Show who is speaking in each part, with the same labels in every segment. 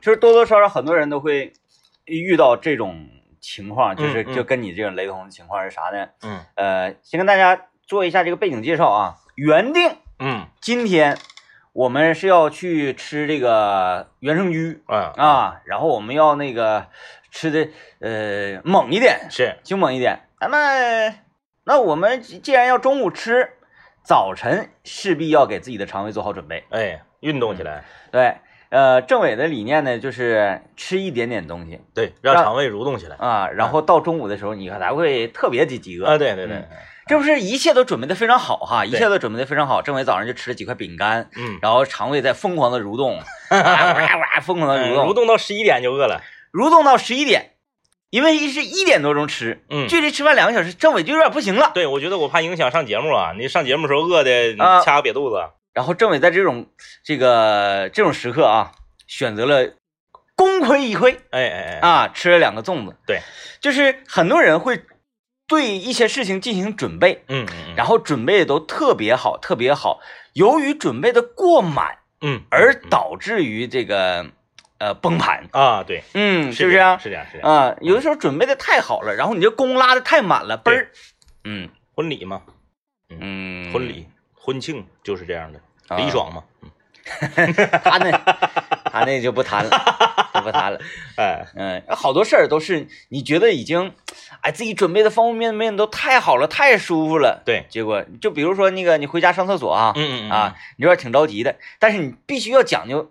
Speaker 1: 就是多多少少很多人都会遇到这种情况，就是
Speaker 2: 嗯嗯
Speaker 1: 就跟你这种雷同的情况是啥呢？
Speaker 2: 嗯
Speaker 1: 呃，先跟大家做一下这个背景介绍啊。原定
Speaker 2: 嗯
Speaker 1: 今天我们是要去吃这个原生居
Speaker 2: 啊
Speaker 1: 啊，然后我们要那个吃的呃猛一点，
Speaker 2: 是
Speaker 1: 凶猛一点。咱们那我们既然要中午吃，早晨势必要给自己的肠胃做好准备。
Speaker 2: 哎，运动起来，
Speaker 1: 对，呃，政委的理念呢就是吃一点点东西
Speaker 2: 对，嗯让
Speaker 1: 让
Speaker 2: 肠胃蠕动起来
Speaker 1: 啊，然
Speaker 2: 嗯
Speaker 1: 后到中午的时候你可能会特别的饥饿
Speaker 2: 啊，对对对，
Speaker 1: 这不是一切都准备的非常好哈，一
Speaker 2: 对
Speaker 1: 切都准备的非常好。政委早上就吃了几块饼干，
Speaker 2: 嗯，
Speaker 1: 然后肠胃在疯狂的蠕 动，哇哇哇，疯狂的
Speaker 2: 嗯
Speaker 1: 蠕
Speaker 2: 蠕
Speaker 1: 动，
Speaker 2: 动到十一点就饿了，
Speaker 1: 蠕动到十一点，因为是一点多钟吃，
Speaker 2: 嗯，
Speaker 1: 距离吃饭两个小时，政委就有点不行了。
Speaker 2: 对我觉得我怕影响上节目啊，你上节目时候饿的
Speaker 1: 啊
Speaker 2: 掐个瘪肚子，
Speaker 1: 然后政委在这种这个这种时刻啊，选择了功亏一篑
Speaker 2: 哎哎哎，
Speaker 1: 啊，吃了两个粽子。
Speaker 2: 对，
Speaker 1: 就是很多人会对一些事情进行准备，
Speaker 2: 嗯嗯嗯
Speaker 1: 然后准备的都特别好，特别好。由于准备的过满。
Speaker 2: 嗯，
Speaker 1: 而导致于这个呃崩盘，
Speaker 2: 啊对，
Speaker 1: 嗯，是不
Speaker 2: 这
Speaker 1: 是
Speaker 2: 样
Speaker 1: 啊？
Speaker 2: 是这样是这样，
Speaker 1: 啊，有的时候准备的太好了，然后你这弓拉的太满了，嘣儿，嗯
Speaker 2: 婚礼嘛，
Speaker 1: 嗯，
Speaker 2: 婚礼婚庆就是这样的，
Speaker 1: 啊
Speaker 2: 李，爽嘛，
Speaker 1: 他那他那就不谈了， 就不谈了，
Speaker 2: 哎，
Speaker 1: 嗯，好多事儿都是你觉得已经，哎，自己准备的方方面面都太好了，太舒服了，
Speaker 2: 对，
Speaker 1: 结果就比如说那个你回家上厕所啊
Speaker 2: 嗯嗯嗯
Speaker 1: 啊，，你有点挺着急的，但是你必须要讲究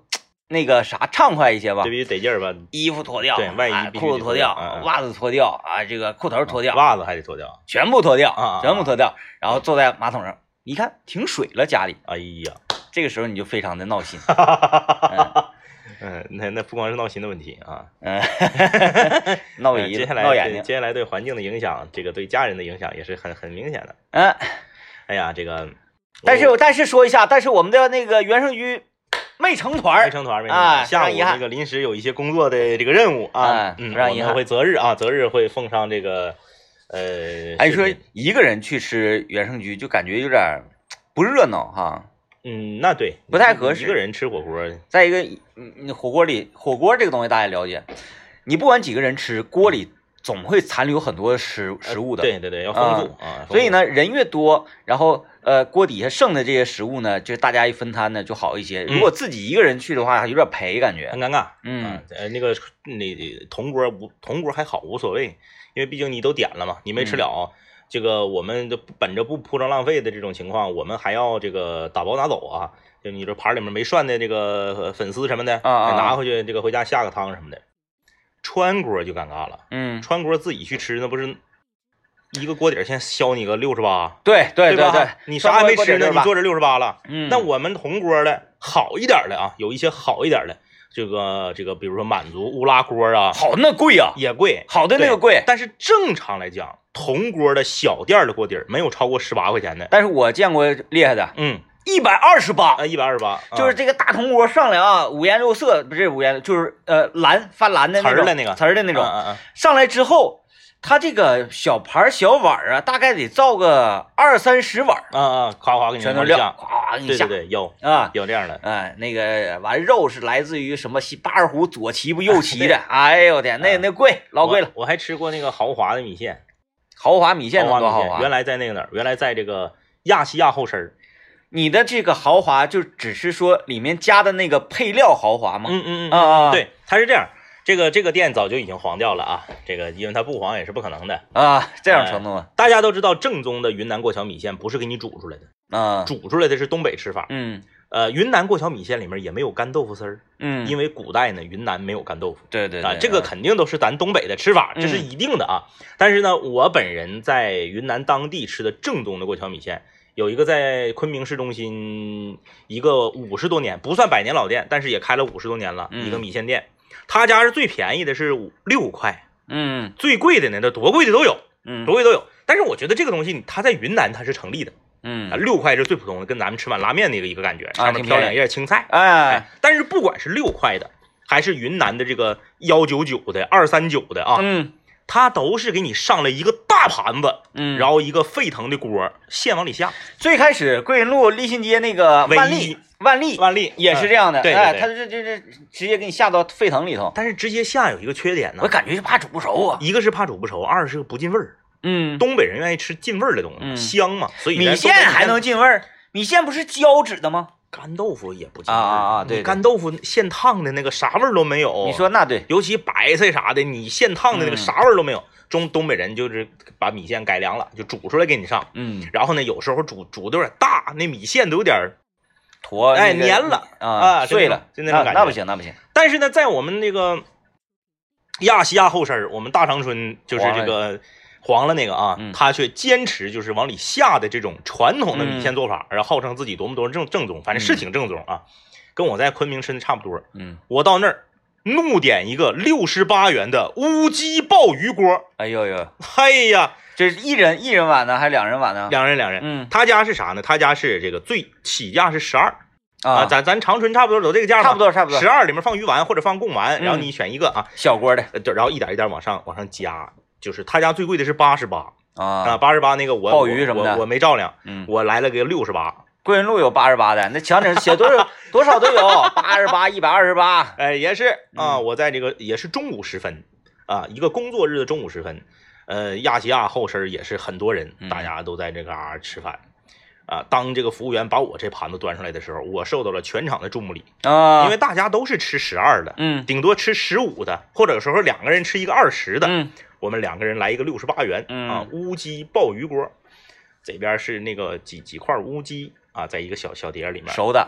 Speaker 1: 那个啥畅快一些吧
Speaker 2: 这，必须得劲儿吧，
Speaker 1: 衣服脱掉，
Speaker 2: 对外衣
Speaker 1: 啊
Speaker 2: 必须
Speaker 1: 裤
Speaker 2: 得
Speaker 1: 子脱
Speaker 2: 脱
Speaker 1: 掉
Speaker 2: 掉嗯嗯，嗯
Speaker 1: 袜子脱掉啊，这个裤头脱掉，
Speaker 2: 袜子还得脱掉，
Speaker 1: 全部脱
Speaker 2: 啊啊
Speaker 1: 掉
Speaker 2: 啊，
Speaker 1: 全部脱掉，然后坐在马桶上，一看停水了，家里，
Speaker 2: 哎呀，
Speaker 1: 这个时候你就非常的闹 心，
Speaker 2: 嗯，那那不光是闹心的问题啊，
Speaker 1: 嗯， 闹
Speaker 2: 呃接
Speaker 1: 眼
Speaker 2: 下
Speaker 1: 闹
Speaker 2: 来
Speaker 1: 眼
Speaker 2: 对
Speaker 1: 睛，
Speaker 2: 接下来对环境的影响，这个对家人的影响也是很很明显的。
Speaker 1: 嗯，
Speaker 2: 哎呀，这个，
Speaker 1: 但是但是说一下，但是我们的那个原生居没成团
Speaker 2: 没
Speaker 1: 儿，
Speaker 2: 成团没成
Speaker 1: 啊
Speaker 2: 团，
Speaker 1: 非
Speaker 2: 下
Speaker 1: 常
Speaker 2: 午
Speaker 1: 遗憾
Speaker 2: 这个临时有一些工作的这个任务啊
Speaker 1: 哎，
Speaker 2: 嗯，
Speaker 1: 非常
Speaker 2: 我
Speaker 1: 遗
Speaker 2: 们
Speaker 1: 憾
Speaker 2: 会择日啊，择日会奉上这个呃，
Speaker 1: 哎，
Speaker 2: 视
Speaker 1: 说
Speaker 2: 频
Speaker 1: 一个人去吃原生居就感觉有点儿不热闹哈，
Speaker 2: 嗯，那对，
Speaker 1: 不太
Speaker 2: 你
Speaker 1: 合
Speaker 2: 一
Speaker 1: 适
Speaker 2: 个人吃火锅，
Speaker 1: 再一个，嗯，嗯火锅里火锅这个东西大家了解，你不管几个人吃，锅里总会残留很多食食物的。
Speaker 2: 呃对对对，要丰富啊，丰
Speaker 1: 所以
Speaker 2: 富，
Speaker 1: 呢，人越多，然后呃，锅底下剩的这些食物呢，就大家一分摊呢就好一些。
Speaker 2: 嗯
Speaker 1: 如果自己一个人去的话，有点赔感
Speaker 2: 很
Speaker 1: 觉。
Speaker 2: 尴尬。啊
Speaker 1: 嗯，
Speaker 2: 呃，那个你同锅无同锅还好无所谓，因为毕竟你都点了嘛，你没吃
Speaker 1: 嗯
Speaker 2: 了，这个我们就不本着不铺张浪费的这种情况，我们还要这个打包拿走啊，就你这盘里面没涮的这个呃粉丝什么的，
Speaker 1: 啊啊啊
Speaker 2: 拿回去这个回家下个汤什么的。川锅就尴尬了，
Speaker 1: 嗯，
Speaker 2: 川锅自己去吃那不是一个锅底儿先削你个六十八，
Speaker 1: 对对
Speaker 2: 吧？
Speaker 1: 对，
Speaker 2: 你啥也没吃呢，
Speaker 1: 呢，
Speaker 2: 你坐这六十八了。
Speaker 1: 嗯，
Speaker 2: 那我们铜锅的好一点的啊，有一些好一点的，这个这个，比如说满族乌拉锅啊，
Speaker 1: 好那贵啊，
Speaker 2: 也贵，
Speaker 1: 好的那个贵。
Speaker 2: 但是正常来讲，铜锅的小店儿的锅底儿没有超过十八块钱的。
Speaker 1: 但是我见过厉害的，
Speaker 2: 嗯，
Speaker 1: 一百二十八
Speaker 2: 啊，，一百二十八，
Speaker 1: 就是这个大铜锅上来啊，五颜六色，不是五颜，就是呃蓝发蓝的那
Speaker 2: 瓷
Speaker 1: 种
Speaker 2: 儿的那个
Speaker 1: 瓷儿的那
Speaker 2: 那
Speaker 1: 种。
Speaker 2: 啊啊
Speaker 1: 上来之后，它这个小盘儿小碗儿啊，大概得造个二三十碗儿，
Speaker 2: 啊啊，夸夸给你
Speaker 1: 全都
Speaker 2: 往
Speaker 1: 撂，
Speaker 2: 下，
Speaker 1: 咵给你
Speaker 2: 对
Speaker 1: 下
Speaker 2: 对对，有
Speaker 1: 啊。
Speaker 2: 有这样的，
Speaker 1: 哎，那个完肉是来自于什么西巴尔虎左旗不右 旗的，哎呦我天，那
Speaker 2: 嗯
Speaker 1: 那贵老贵了，
Speaker 2: 我。我还吃过那个豪华的米线，
Speaker 1: 豪华米线能
Speaker 2: 豪华
Speaker 1: 多豪
Speaker 2: 米
Speaker 1: 华？
Speaker 2: 线，原来在那个哪儿，原来在这个亚细亚后身儿。
Speaker 1: 你的这个豪华就只是说里面加的那个配料豪华吗？
Speaker 2: 嗯嗯嗯
Speaker 1: 啊啊，
Speaker 2: 对，它是这样，这个这个店早就已经黄掉了啊，这个因为它不黄也是不可能的。
Speaker 1: 啊，这样程度吗？
Speaker 2: 大家都知道，正宗的云南过桥米线不是给你煮出来的，
Speaker 1: 啊，
Speaker 2: 煮出来的是东北吃法。
Speaker 1: 嗯
Speaker 2: 呃，云南过桥米线里面也没有干豆腐丝儿，
Speaker 1: 嗯，
Speaker 2: 因为古代呢，云南没有干豆腐
Speaker 1: 对对
Speaker 2: 啊
Speaker 1: 对，，
Speaker 2: 这个
Speaker 1: 嗯
Speaker 2: 肯定都是咱东北的吃法，
Speaker 1: 嗯
Speaker 2: 这是一定的啊。但是呢，我本人在云南当地吃的正宗的过桥米线，有一个在昆明市中心一个五十多年不算百年老店，但是也开了五十多年了，
Speaker 1: 嗯
Speaker 2: 一个米线店，他家是最便宜的是五六块，
Speaker 1: 嗯
Speaker 2: 最贵的呢，那多贵的都有，
Speaker 1: 嗯
Speaker 2: 多贵都有。但是我觉得这个东西，它在云南它是成立的，啊，
Speaker 1: 嗯，啊
Speaker 2: 六块是最普通的，跟咱们吃碗拉面那个一个感觉，上面
Speaker 1: 挺
Speaker 2: 飘
Speaker 1: 便宜
Speaker 2: 两叶青菜。
Speaker 1: 哎
Speaker 2: 哎，，但是不管是六块的，还是云南的这个幺九九的、二三九的啊，
Speaker 1: 嗯
Speaker 2: 它都是给你上了一个大大盘子，
Speaker 1: 嗯，
Speaker 2: 然后一个沸腾的锅，线往里下。
Speaker 1: 最开始桂林路立新街那个
Speaker 2: 唯
Speaker 1: 万
Speaker 2: 一
Speaker 1: 丽，万丽
Speaker 2: 万历
Speaker 1: 也是这
Speaker 2: 样，
Speaker 1: 样的，
Speaker 2: 对对
Speaker 1: 哎，
Speaker 2: 对
Speaker 1: 他这这这直接给你下到沸腾里头，
Speaker 2: 但是直接下有一个缺点呢
Speaker 1: 我，感觉是怕煮不熟啊。
Speaker 2: 一个是怕煮不熟，二是不进味儿。
Speaker 1: 嗯，
Speaker 2: 东北人愿意吃进味儿的东西，
Speaker 1: 嗯
Speaker 2: 香嘛，所以
Speaker 1: 米
Speaker 2: 咱
Speaker 1: 线
Speaker 2: 东北人
Speaker 1: 还能进味儿，米线不是胶质的吗？
Speaker 2: 干豆腐也不进味
Speaker 1: 啊啊啊
Speaker 2: 儿。
Speaker 1: 对
Speaker 2: 你
Speaker 1: 对
Speaker 2: 干豆腐现烫的那个啥味儿都没有。
Speaker 1: 你说那对，
Speaker 2: 尤其白菜啥的，你现烫的那
Speaker 1: 嗯
Speaker 2: 个啥味儿都没有。中东北人就是把米线改良了，就煮出来给你上。
Speaker 1: 嗯，
Speaker 2: 然后呢，有时候煮煮的有点大，那米线都有点儿。
Speaker 1: 坨
Speaker 2: 哎
Speaker 1: 那个
Speaker 2: 粘了啊
Speaker 1: 啊，
Speaker 2: 就那
Speaker 1: 碎
Speaker 2: 种
Speaker 1: 了，
Speaker 2: 就那种感觉
Speaker 1: 那不行，那不行，
Speaker 2: 但是呢，在我们那个亚细亚后身儿，我们大长春就是这个黄了那个啊，
Speaker 1: 哎嗯
Speaker 2: 他却坚持就是往里下的这种传统的米线做
Speaker 1: 嗯
Speaker 2: 法，然后号称自己多么多么正正宗，反正是挺正宗啊，跟我在昆明吃的差不多。
Speaker 1: 嗯，
Speaker 2: 我到那儿怒点一个六十八元的乌鸡鲍鱼锅，
Speaker 1: 哎呦呦，
Speaker 2: 嘿呀，
Speaker 1: 这是一人一人碗呢，还是两人碗呢？
Speaker 2: 两人两人。
Speaker 1: 嗯
Speaker 2: 他家是啥呢？他家是这个最起价是十二
Speaker 1: 啊，
Speaker 2: 咱咱长春差不多都这个价吧，
Speaker 1: 差不多差不多
Speaker 2: 十二里面放鱼丸或者放贡丸，
Speaker 1: 嗯
Speaker 2: 然后你选一个啊，
Speaker 1: 小锅的
Speaker 2: 呃，对，然后一点一点往上往上加，就是他家最贵的是八十八啊，
Speaker 1: 啊，
Speaker 2: 八十八那个我
Speaker 1: 鲍鱼什么的
Speaker 2: 我我我没照量，
Speaker 1: 嗯，
Speaker 2: 我来了个六十八，
Speaker 1: 桂林路有八十八的，那墙顶写多 少多少都有，八十八、一百二十八，
Speaker 2: 哎，也是啊，
Speaker 1: 嗯
Speaker 2: 我在这个也是中午时分啊，一个工作日的中午时分，呃，亚细亚后身也是很多人，
Speaker 1: 嗯
Speaker 2: 大家都在这嘎、儿吃饭。啊，当这个服务员把我这盘子端上来的时候，我受到了全场的注目礼，
Speaker 1: 啊，
Speaker 2: 因为大家都是吃十二的，
Speaker 1: 嗯
Speaker 2: 顶多吃十五的，或者有时候两个人吃一个二十的，
Speaker 1: 嗯
Speaker 2: 我们两个人来一个六十八元，
Speaker 1: 嗯
Speaker 2: 啊，乌鸡鲍鱼锅，这边是那个几几块乌鸡啊，在一个小小碟儿里面，
Speaker 1: 嗯熟的，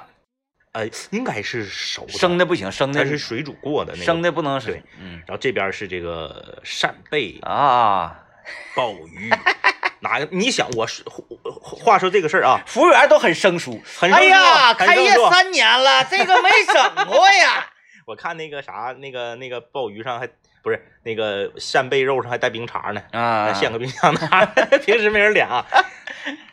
Speaker 2: 呃，应该是熟的，
Speaker 1: 生的不行，生
Speaker 2: 它
Speaker 1: 的
Speaker 2: 是水煮过的那个
Speaker 1: 生的不能
Speaker 2: 对
Speaker 1: 吃，嗯
Speaker 2: 然后这边是这个扇贝、
Speaker 1: 啊，
Speaker 2: 鲍鱼，哪个？你想，我是话说这个事儿啊，
Speaker 1: 服务员都很生疏，
Speaker 2: 很生
Speaker 1: 哎
Speaker 2: 疏
Speaker 1: 呀，
Speaker 2: 很
Speaker 1: 开
Speaker 2: 生
Speaker 1: 业
Speaker 2: 疏
Speaker 1: 三年 了，这个没整过呀，
Speaker 2: 我看那个啥，那个那个鲍鱼上还不是那个扇贝肉上还带冰碴呢，
Speaker 1: 啊，
Speaker 2: 现个冰箱拿， 平时没人脸啊。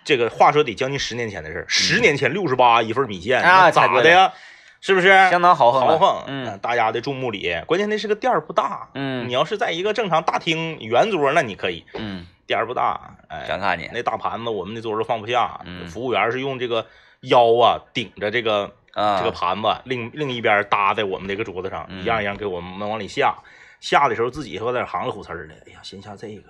Speaker 2: 这个话说得将近十年前的事儿，十年前六十八一份米线，
Speaker 1: 嗯啊
Speaker 2: 那
Speaker 1: 太
Speaker 2: 咋
Speaker 1: 贵
Speaker 2: 的
Speaker 1: 了
Speaker 2: 呀？是不是？
Speaker 1: 相当豪横
Speaker 2: 豪
Speaker 1: 了
Speaker 2: 横，
Speaker 1: 嗯
Speaker 2: 大家的注目礼。关键那是个店儿不大，
Speaker 1: 嗯
Speaker 2: 你要是在一个正常大厅圆桌，那你可以，
Speaker 1: 嗯，
Speaker 2: 店儿不大，哎，
Speaker 1: 想看你
Speaker 2: 那大盘子我们那桌都放不下，
Speaker 1: 嗯
Speaker 2: 服务员是用这个腰啊顶着这个
Speaker 1: 啊，
Speaker 2: 这个盘子，另另一边搭在我们这个桌子上，
Speaker 1: 嗯
Speaker 2: 一样一样给我们往里下。下的时候自己有点行了虎刺儿的，哎呀，先下这个。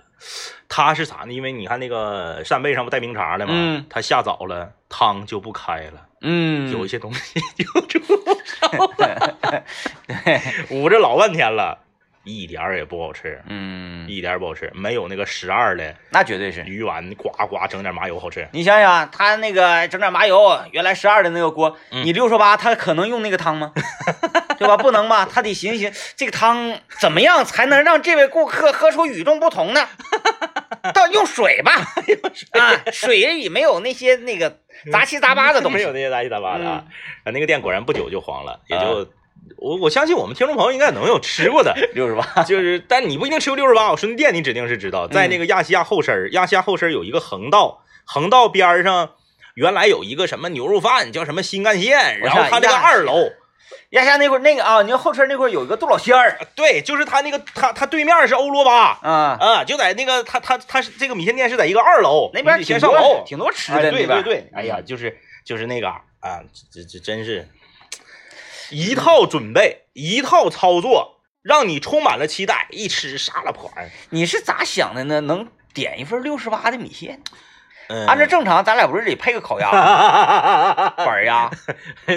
Speaker 2: 他是啥呢？因为你看那个扇贝上不带冰碴的吗？
Speaker 1: 嗯
Speaker 2: 他下早了，汤就不开了，
Speaker 1: 嗯，
Speaker 2: 有一些东西就煮不 熟了。捂着老半天了，一点儿也不好吃，
Speaker 1: 嗯，
Speaker 2: 一点儿也不好吃，没有那个十二的
Speaker 1: 那绝对是。
Speaker 2: 鱼丸呱呱整点麻油好吃。
Speaker 1: 你想想，他那个整点麻油，原来十二的那个锅，
Speaker 2: 嗯
Speaker 1: 你六十八，他可能用那个汤 吗？对吧？不能吧？他得寻思寻思，这个汤怎么样才能让这位顾客喝出与众不同呢？到用水 吧，啊，水里没有那些那个杂七杂八的东
Speaker 2: 没有
Speaker 1: 西。
Speaker 2: 那些杂七杂八的啊。啊那个店果然不久就黄了，也
Speaker 1: 啊
Speaker 2: 就、我我相信我们听众朋友应该能有吃过 的，
Speaker 1: 六十八，
Speaker 2: 就是但你不一定吃过六十八。我说那店你指定是知道，在
Speaker 1: 嗯
Speaker 2: 那个亚细亚后身儿，亚细亚后身儿有一个横道，横道边儿上原来有一个什么牛肉饭，叫什么新干线，
Speaker 1: 我
Speaker 2: 然
Speaker 1: 想
Speaker 2: 后它这个
Speaker 1: 亚细亚
Speaker 2: 二楼，
Speaker 1: 压下那块儿那个啊，你看后村那块儿有一个杜老仙 儿
Speaker 2: 对，就是它那个它它对面是欧罗巴。
Speaker 1: 啊，
Speaker 2: 啊，就在那个他他他是这个米线店是在一个二楼
Speaker 1: 那边儿
Speaker 2: 你得
Speaker 1: 挺
Speaker 2: 先上楼
Speaker 1: 多，挺多吃
Speaker 2: 哎
Speaker 1: 的那
Speaker 2: 对
Speaker 1: 边
Speaker 2: 对
Speaker 1: 儿。
Speaker 2: 对，哎呀，就是就是那个啊，啊这这真是一套准备，一套操作，让你充满了期待，一吃啥了破玩意儿。
Speaker 1: 你是咋想的呢？能点一份六十八的米线？
Speaker 2: 嗯
Speaker 1: 按照正常，咱俩不是得配个 烤鸭、板儿鸭？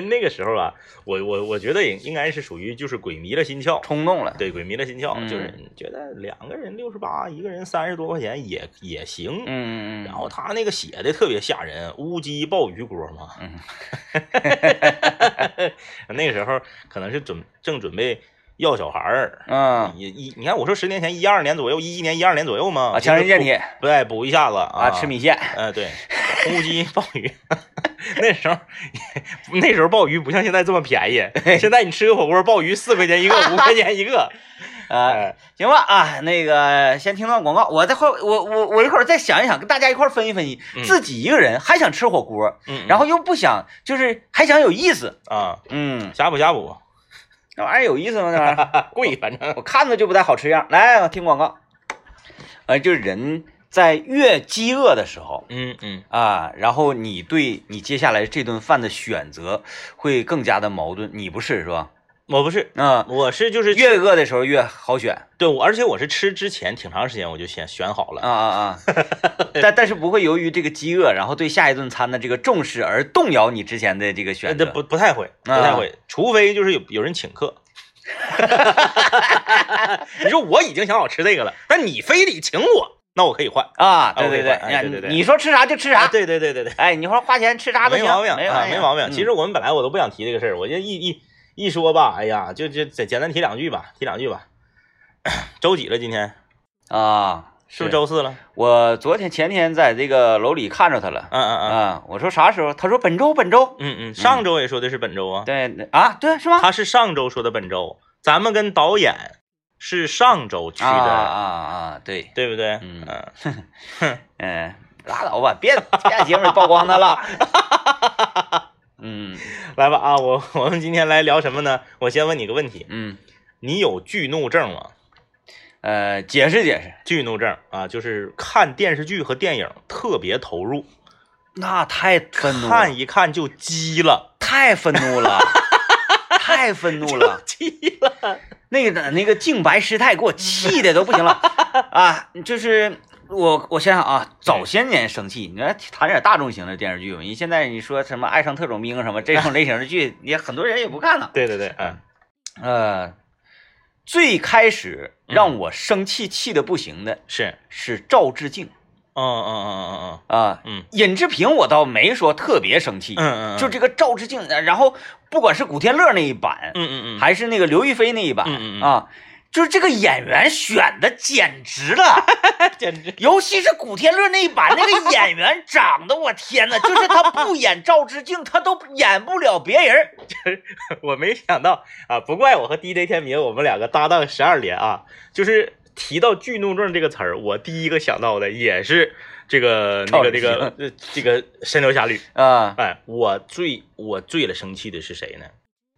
Speaker 2: 那个时候啊，我我我觉得应应该是属于就是鬼迷了心窍，
Speaker 1: 冲动了。
Speaker 2: 对，鬼迷了心窍，
Speaker 1: 嗯
Speaker 2: 就是觉得两个人六十八，一个人三十多块钱也也行。
Speaker 1: 嗯，
Speaker 2: 然后他那个写的特别吓人，乌鸡鲍鱼锅嘛。
Speaker 1: 嗯
Speaker 2: 那个时候可能是准正准备要小孩儿，
Speaker 1: 嗯
Speaker 2: 一一你看我说十年前一二年左右，一一年一二年左右嘛，
Speaker 1: 啊，强身健体
Speaker 2: 补，对，补一下子啊
Speaker 1: 啊，吃，米线，
Speaker 2: 呃，对，乌鸡鲍鱼， 那时候那时候鲍鱼不像现在这么便 宜，现在你吃个火锅鲍鱼四块钱一个，五块钱一个，
Speaker 1: 啊，
Speaker 2: 哎，
Speaker 1: 行吧啊，那个先听段广告，我再会，我我我一会儿再想一想，跟大家一块儿分析分析
Speaker 2: 嗯，
Speaker 1: 自己一个人还想吃火锅，
Speaker 2: 嗯，
Speaker 1: 然后又不想，就是还想有意思，
Speaker 2: 嗯啊，
Speaker 1: 嗯，
Speaker 2: 呷哺呷哺，
Speaker 1: 那玩意儿有意思吗？那 玩意儿
Speaker 2: 贵，反正
Speaker 1: 我看着就不太好吃样。来，我听广告，呃，就是人在越饥饿的时候
Speaker 2: 嗯嗯，
Speaker 1: 啊，然后你对你接下来这顿饭的选择会更加的矛盾。你不是是吧？
Speaker 2: 我不是，
Speaker 1: 啊，
Speaker 2: 我是就是
Speaker 1: 越饿的时候越好选
Speaker 2: 对我，而且我是吃之前挺长时间我就先选好
Speaker 1: 啊
Speaker 2: 了。
Speaker 1: 啊啊！但但是不会由于这个饥饿，然后对下一顿餐的这个重视而动摇你之前的这个
Speaker 2: 呃，
Speaker 1: 选
Speaker 2: 这
Speaker 1: 择。
Speaker 2: 不不太会，不太会，除非就是有有人请客。 你说我已经想好吃这个了，但你非得请我，那我可以换。
Speaker 1: 啊，
Speaker 2: 我
Speaker 1: 对
Speaker 2: 明
Speaker 1: 对对，
Speaker 2: 白哎
Speaker 1: 你看
Speaker 2: 对对对
Speaker 1: 你说吃啥就吃啥。
Speaker 2: 啊对对对对对，
Speaker 1: 哎，你说花钱吃啥都
Speaker 2: 没
Speaker 1: 行，
Speaker 2: 毛病啊，没
Speaker 1: 没
Speaker 2: 毛病。其
Speaker 1: 嗯
Speaker 2: 实我们本来我都不想提这个事儿，我就一一一说吧，哎呀，就就简简单提两句吧，提两句吧。 周几了？今天
Speaker 1: 啊，
Speaker 2: 是不是周四了？
Speaker 1: 我昨天前天在这个楼里看着他了，
Speaker 2: 嗯嗯嗯
Speaker 1: 啊，我说啥时候？他说本周本周。
Speaker 2: 嗯嗯，上周也说的是本周啊，
Speaker 1: 对那啊，对 是吗？
Speaker 2: 他是上周说的本周，咱们跟导演是上周去
Speaker 1: 啊
Speaker 2: 的，
Speaker 1: 啊啊，对，
Speaker 2: 对不对？
Speaker 1: 嗯
Speaker 2: 嗯
Speaker 1: 嗯，拉倒吧，别别节目里曝光他 了。嗯
Speaker 2: 来吧啊，我我们今天来聊什么呢？我先问你个问题，
Speaker 1: 嗯，
Speaker 2: 你有剧怒症吗？
Speaker 1: 呃，解释解释，
Speaker 2: 剧怒症啊，就是看电视剧和电影特别投入，
Speaker 1: 那太愤怒了
Speaker 2: 看，一看就激了，
Speaker 1: 太愤怒 了，太愤怒了。
Speaker 2: 激了。
Speaker 1: 那个那个净白师太给我气的都不行了啊！就是我我想想啊，早些年生气，你说哎谈点大众型的电视剧吧，你现在你说什么《爱上特种兵》什么这种类型的剧，也很多人也不看了。
Speaker 2: 对对对，嗯
Speaker 1: 呃，最开始让我生气气的不行的
Speaker 2: 是，
Speaker 1: 是赵志敬
Speaker 2: 嗯嗯嗯嗯
Speaker 1: 啊，
Speaker 2: 嗯
Speaker 1: 尹志平我倒没说特别生气，
Speaker 2: 嗯嗯，
Speaker 1: 就这个赵志敬，然后不管是古天乐那一版，
Speaker 2: 嗯嗯嗯，
Speaker 1: 还是那个刘亦菲那一版，
Speaker 2: 嗯嗯嗯
Speaker 1: 啊，就是这个演员选的简直了，
Speaker 2: 简直，
Speaker 1: 尤其是古天乐那一版，那个演员长得我天呐，就是他不演赵志敬，他都演不了别人儿。
Speaker 2: 我没想到啊，不怪我和 DJ 天明我们两个搭档十二年啊，就是提到剧怒症这个词儿，我第一个想到的也是这个那个这个呃这个神雕侠侣，
Speaker 1: 啊
Speaker 2: 哎，我最我最了生气的是谁呢？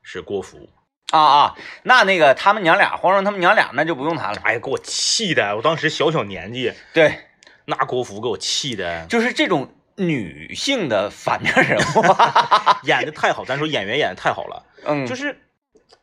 Speaker 2: 是郭芙，
Speaker 1: 啊啊！那那个他们娘俩，黄蓉他们娘俩，那就不用谈了。
Speaker 2: 哎呀，给我气的，我当时小小年纪，
Speaker 1: 对，
Speaker 2: 那郭芙给我气的，
Speaker 1: 就是这种女性的反面人物，啊
Speaker 2: 演的太好，咱说演员演的太好了，
Speaker 1: 嗯，
Speaker 2: 就是是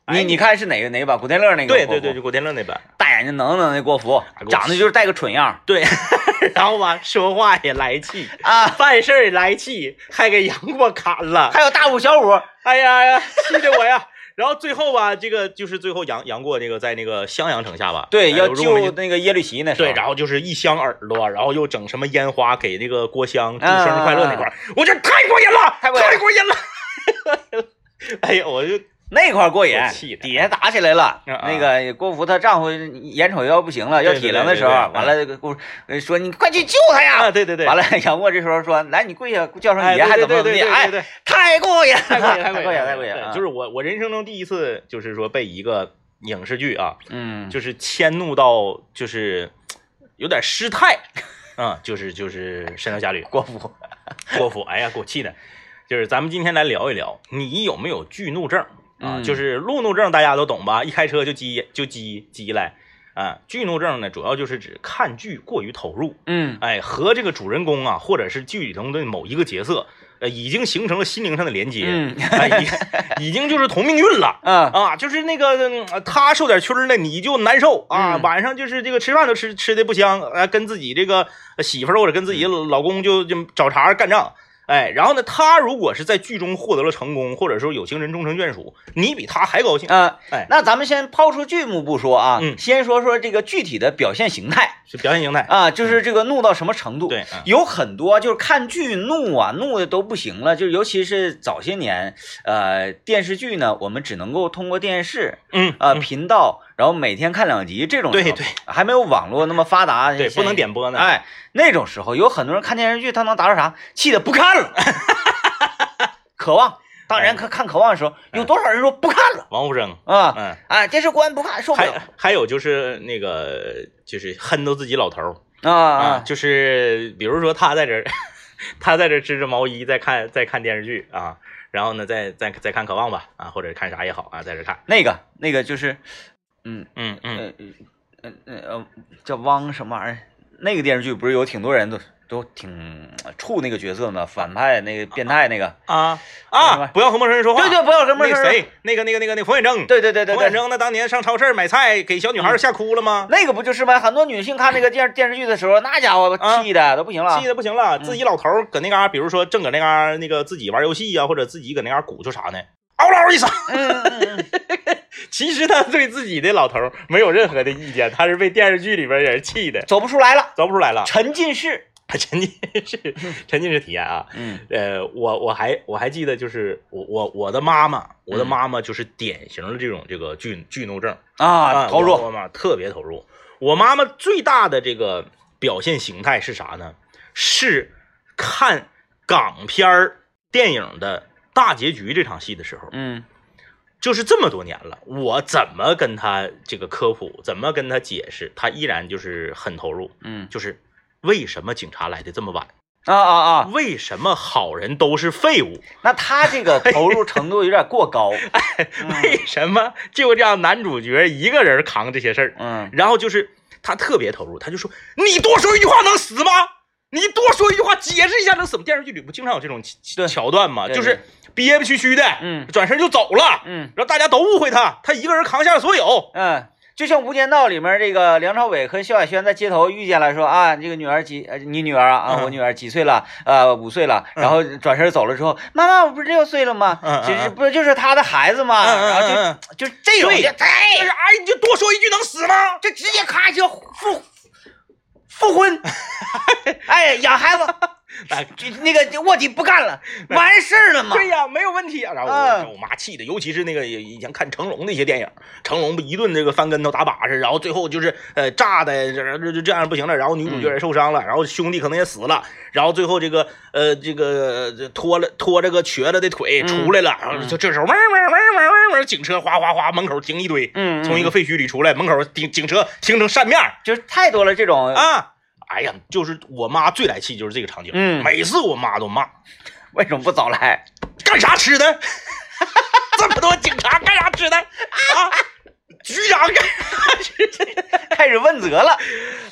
Speaker 2: 哎
Speaker 1: 你你看是哪个哪个版？古天乐那个嗯郭
Speaker 2: 对对
Speaker 1: 芙
Speaker 2: 对，就郭天乐那版。
Speaker 1: 大眼睛能能那郭芙，
Speaker 2: 给我
Speaker 1: 长得就是带个蠢样儿
Speaker 2: 对， 然后吧，说话也来气，
Speaker 1: 啊，
Speaker 2: 办事儿也来气，还给杨过砍了，
Speaker 1: 还有大五小五。
Speaker 2: 哎呀呀，气得我呀！ 然后最后吧，这个就是最后杨杨过那个在那个襄阳城下吧，
Speaker 1: 对，
Speaker 2: 哎
Speaker 1: 要
Speaker 2: 如果没
Speaker 1: 救那个耶律齐那时候。
Speaker 2: 对，然后就是一箱耳朵，然后又整什么烟花给那个郭襄祝
Speaker 1: 啊
Speaker 2: 生日快乐那块儿，我这太过瘾了，
Speaker 1: 太
Speaker 2: 太
Speaker 1: 过瘾了
Speaker 2: 过瘾了！哎呀，我就
Speaker 1: 那块儿过瘾
Speaker 2: 我气，的
Speaker 1: 底下打起来了。
Speaker 2: 啊啊
Speaker 1: 那个郭芙她丈夫眼瞅要不行了，要
Speaker 2: 对对
Speaker 1: 体灵的时候，
Speaker 2: 对对对
Speaker 1: 完了这个郭呃说你快去救他呀！
Speaker 2: 啊，对对对，
Speaker 1: 完
Speaker 2: 了，
Speaker 1: 了，杨过这时候说来你跪下叫上
Speaker 2: 哎，
Speaker 1: 爷还
Speaker 2: 对
Speaker 1: 怎么怎么
Speaker 2: 对对
Speaker 1: 地？
Speaker 2: 对对
Speaker 1: 哎，
Speaker 2: 对，
Speaker 1: 太过瘾了，
Speaker 2: 太过瘾，
Speaker 1: 太
Speaker 2: 过
Speaker 1: 过
Speaker 2: 瘾，
Speaker 1: 瘾，太过瘾
Speaker 2: 对
Speaker 1: 啊！
Speaker 2: 就是我我人生中第一次就是说被一个影视剧啊，
Speaker 1: 嗯，
Speaker 2: 就是迁怒到就是有点失态，啊、就是就是《神雕侠侣》
Speaker 1: 郭芙
Speaker 2: 郭芙，哎呀，给我气的。就是咱们今天来聊一聊，你有没有剧怒症啊？
Speaker 1: 嗯
Speaker 2: 就是路怒症大家都懂吧？一开车就激就激激来啊。剧怒症呢，主要就是指看剧过于投入，
Speaker 1: 嗯
Speaker 2: 哎，和这个主人公啊，或者是剧里头的某一个角色，呃，已经形成了心灵上的连接，
Speaker 1: 嗯
Speaker 2: 哎，已已经就是同命运了。
Speaker 1: 啊
Speaker 2: 啊，就是那个嗯呃他受点屈儿呢，你就难受啊。
Speaker 1: 嗯
Speaker 2: 晚上就是这个吃饭都吃吃的不香，啊，跟自己这个呃媳妇儿或者跟自己
Speaker 1: 嗯
Speaker 2: 老公就就找茬儿干仗。哎，然后呢，他如果是在剧中获得了成功，或者说有情人终成眷属，你比他还高兴。
Speaker 1: 啊
Speaker 2: 哎，
Speaker 1: 那咱们先抛出剧目不说啊
Speaker 2: 嗯，
Speaker 1: 先说说这个具体的表现形态
Speaker 2: 是表现形态，
Speaker 1: 啊，就是这个怒到什么程度？
Speaker 2: 嗯对，嗯
Speaker 1: 有很多就是看剧怒啊，怒的都不行了。就是尤其是早些年，呃，电视剧呢，我们只能够通过电视
Speaker 2: 嗯
Speaker 1: 呃
Speaker 2: 嗯
Speaker 1: 频道，然后每天看两集这种时候。
Speaker 2: 对对
Speaker 1: 还没有网络那么发达，
Speaker 2: 对，
Speaker 1: 现
Speaker 2: 不能。点播呢。
Speaker 1: 哎，那种时候有很多人看电视剧，他能达到啥？气的不看 了。渴望，当
Speaker 2: 哎
Speaker 1: 然看看渴望的时候，有多少人说不看了
Speaker 2: 王福生，
Speaker 1: 啊？
Speaker 2: 嗯，
Speaker 1: 啊，电视关不看，受不了
Speaker 2: 还还有就是那个就是恨到自己老头儿
Speaker 1: 啊
Speaker 2: 啊，
Speaker 1: 啊！
Speaker 2: 就是比如说他在这儿， 他在这儿织着毛衣，在看在看电视剧啊，然后呢，再再再看《渴望》吧啊，或者看啥也好啊，在这儿看，
Speaker 1: 那个那个就是，嗯，
Speaker 2: 嗯嗯，
Speaker 1: 呃呃呃呃呃，叫汪什么玩意儿？那个电视剧不是有挺多人都都挺怵那个角色嘛，反派那个变态那个，
Speaker 2: 啊啊！不要和陌生人说话。
Speaker 1: 对对，不要什么啊
Speaker 2: 那谁，那个那个那个那个冯远征，
Speaker 1: 对对对对
Speaker 2: 冯远
Speaker 1: 对，
Speaker 2: 征那当年上超市买菜给小女孩吓哭了吗？
Speaker 1: 那个不就是吗？很多女性看那个电电视剧的时候，那家伙
Speaker 2: 啊
Speaker 1: 气的都不行了
Speaker 2: 气，的不行了，自己老头儿搁那嘎，比如说正搁那嘎那个自己玩游戏呀、或者自己搁那嘎鼓捣啥呢，嗷嗷一声。
Speaker 1: 嗯嗯嗯嗯，
Speaker 2: 其实他对自己的老头儿没有任何的意见，他是被电视剧里边人气的，
Speaker 1: 走不出来了，
Speaker 2: 走不出来了。
Speaker 1: 沉浸式，
Speaker 2: 沉浸式，沉浸式体验啊。
Speaker 1: 嗯
Speaker 2: 呃，我我还我还记得，就是我我我的妈妈，我的
Speaker 1: 嗯
Speaker 2: 妈妈就是典型的这种这个剧剧怒症。
Speaker 1: 啊，投
Speaker 2: 我
Speaker 1: 入，
Speaker 2: 我妈特别投入。我妈妈最大的这个表现形态是啥呢？是看港片儿电影的大结局这场戏的时候，
Speaker 1: 嗯
Speaker 2: 就是这么多年了，我怎么跟她这个科普，怎么跟她解释，她依然就是很投入，
Speaker 1: 嗯
Speaker 2: 就是。为什么警察来的这么晚？
Speaker 1: 啊啊啊，
Speaker 2: 为什么好人都是废物？
Speaker 1: 那他这个投入程度有点过高，嗯
Speaker 2: 为什么就这样男主角一个人扛这些事儿？
Speaker 1: 嗯
Speaker 2: 然后就是他特别投入，他就说：“你多说一句话能死吗？你多说一句话解释一下能死吗？”电视剧里不经常有这种桥
Speaker 1: 对
Speaker 2: 桥段吗？
Speaker 1: 对
Speaker 2: 就是憋憋屈屈的，
Speaker 1: 嗯
Speaker 2: 转身就走了，
Speaker 1: 嗯
Speaker 2: 然后大家都误会他，他一个人扛下了所有。
Speaker 1: 嗯。就像《无间道》里面这个梁朝伟和萧亚轩在街头遇见了，说啊，这个女儿几，呃你女儿啊，啊，
Speaker 2: 嗯
Speaker 1: 我女儿几岁了？呃，五岁了。然后转身走了之后，妈妈，我不是六岁了吗？
Speaker 2: 嗯嗯嗯
Speaker 1: 其实不就是他的孩子吗？然后就
Speaker 2: 嗯，
Speaker 1: 就是这种
Speaker 2: 对
Speaker 1: 就哎
Speaker 2: 但是哎，你就多说一句能死吗？
Speaker 1: 就直接咔就复复 婚，哎，养孩子，就那个卧底不干了，完事儿了嘛。
Speaker 2: 对呀，没有问题啊。然后
Speaker 1: 嗯
Speaker 2: 我我妈气的，尤其是那个以前看成龙的一些电影，成龙不一顿这个翻跟头打把式，然后最后就是呃炸的这这这这样不行了，然后女主
Speaker 1: 嗯
Speaker 2: 角也受伤了，然后兄弟可能也死了，然后最后这个呃这个这拖了拖着个瘸了的腿
Speaker 1: 嗯
Speaker 2: 出来了，然后就这时候嗡嗡嗡嗡嗡嗡，警车哗哗哗门口停一堆，
Speaker 1: 嗯，嗯
Speaker 2: 从一个废墟里出来，门口停警车停成扇面儿
Speaker 1: 就是太多了这种，
Speaker 2: 啊。哎呀，就是我妈最来气就是这个场景，
Speaker 1: 嗯
Speaker 2: 每次我妈都骂，
Speaker 1: 为什么不早来？
Speaker 2: 干啥吃的？ 这么多警察干啥吃的？啊，局长干啥吃的？
Speaker 1: 开始问责了。